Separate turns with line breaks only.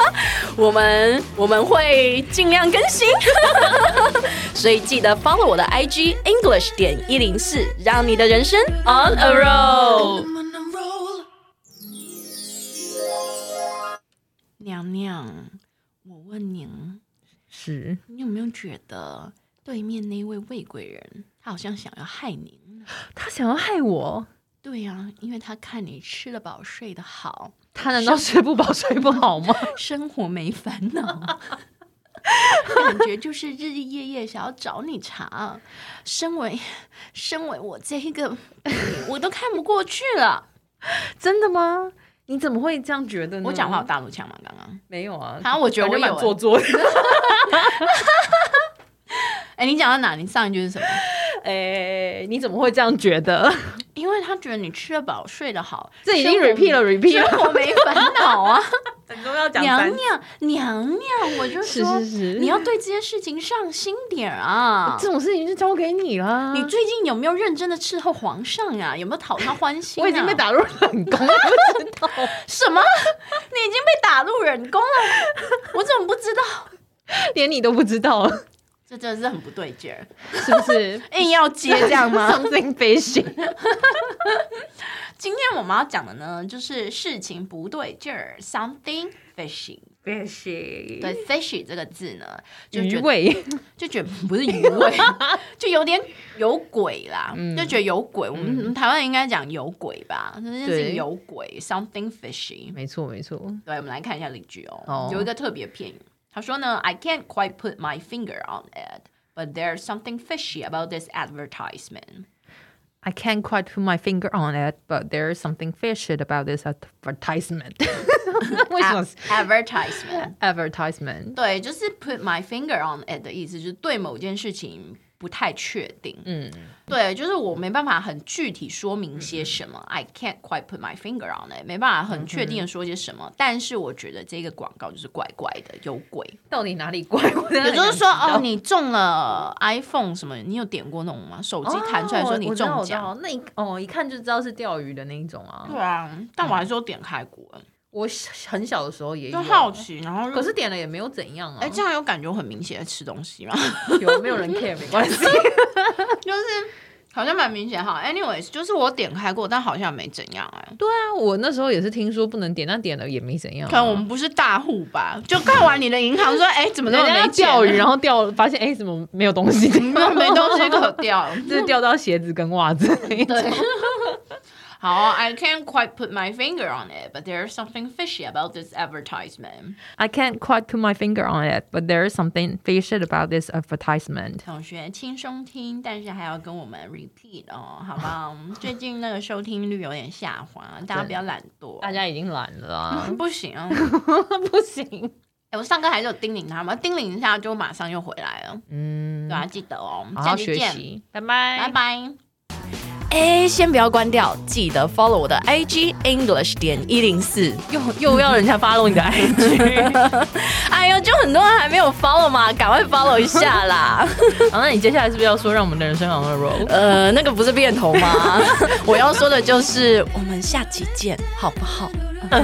我们我们会尽量更新， 所以记得 follow 我的 IG English 点一零四，让你的人生 on a roll。
I'm on a roll.
娘娘，我问您，
是
你有没有觉得对面那位魏贵人，他好像想要害您呢？
他想要害我，
对呀、因为他看你吃得饱、睡得 好，
他难道睡不饱睡不好吗？
生活没烦 恼，感觉就是日日夜夜想要找你茬。身为身为我这一个，我都看不过去 了。
真的吗？你怎么会这样觉得呢？
我讲话有大陆腔吗？刚刚？
没有啊？
啊我觉得
感
我有
蛮做作的。
哎，你讲到哪？你上一句是什么？
哎，你怎么会这样觉得？
因为他觉得你吃得饱、睡得好，
这已经
生活
repeat 了，repeat 了
生活没烦恼 啊！
很重要
娘娘，娘娘，我就说，
是是是
你要对这些事情上心点 啊！
这种事情就交给你啦。
你最近有没有认真的伺候皇上啊？有没有讨他欢心、 啊？
我已经被打入冷宫，我不知道。
什么？你已经被打入冷宫了？我怎么不知道？
连你都不知道，
这真的是很不对劲儿，
是不 是？
硬要接这样 吗？
？Something fishing，
今天我们要讲的呢，就是事情不对劲儿，something fishy。
fishing，
对 fishy 这个字呢，就
鱼
觉得
尾，
就觉得不是鱼 味，就有点有鬼啦，
嗯
就觉得有鬼。我们、台湾人应该讲有鬼吧，这件事情
对
有鬼，something fishy。
没错没错。
对，我们来看一下例句哦。
哦
有一个特别片语，他说呢，I can't quite put my finger on it, but there's something fishy about this advertisement。
I can't quite put my finger on it, but there's something fishy about this advertisement. 为什么是
advertisement？
advertisement？
对，就是 put my finger on it 的意思，就是对某件事情不太确定。
嗯，
对，就是我没办法很具体说明些什么、i can't quite put my finger on it，没办法很确定的说些什么。但是我觉得这个广告就是怪怪的，有鬼。
到底哪里怪？我真的
也就
很
是说，
想知道
哦，你中了 iPhone 什么？你有点过那种吗？手机弹出来说
哦
你
我知道
中
我知
奖。
道那一哦，一看就知道是钓鱼的那一种啊。
对啊，但我还是有点开过，
我小很小的时候也有
就，好奇，然后就
可是点了也没有怎样啊。
哎，这样有感觉我很明显在吃东西 吗？
有没有 人 care 没关系。
好像蛮明显哈。Anyways，就是我点开过，但好像没怎样哎、
对啊，我那时候也是听说不能点，但点了也没怎样啊。
可能我们不是大户吧？就看完你的银 行说，哎，怎么那
人
么没
家要嗯钓鱼，
钱
然后钓发现哎、怎么没有东西，
没东西可掉。
就是钓到鞋子跟袜子那一种。
好，I can't quite put my finger on it, but there's something fishy about this advertisement。
I can't quite put my finger on it, but there is something fishy about this advertisement.
同学轻松听，但是还要跟我们 repeat 哦，好不好？ 最近那个收听率有点下滑，大家不要懒惰，
大家已经懒了啊，
不 行啊。
不行。
哎，我上课还是有叮咛他们，叮咛一下就马上又回来了，
嗯
对，啊，记得哦。
好
下
好
期
学
见，
习，拜拜，
拜。拜。哎，先不要关掉，记得 follow 我的 IG English 点一零四。
又又要人家 发动你的 IG，
哎呦，就很多人还没有 follow 嘛，赶快 follow 一下啦。
好，那你接下来是不是要说让我们的人生好好 roll？
呃，那个不是变头吗？ 我要说的就是，我们下期见，好不好？
I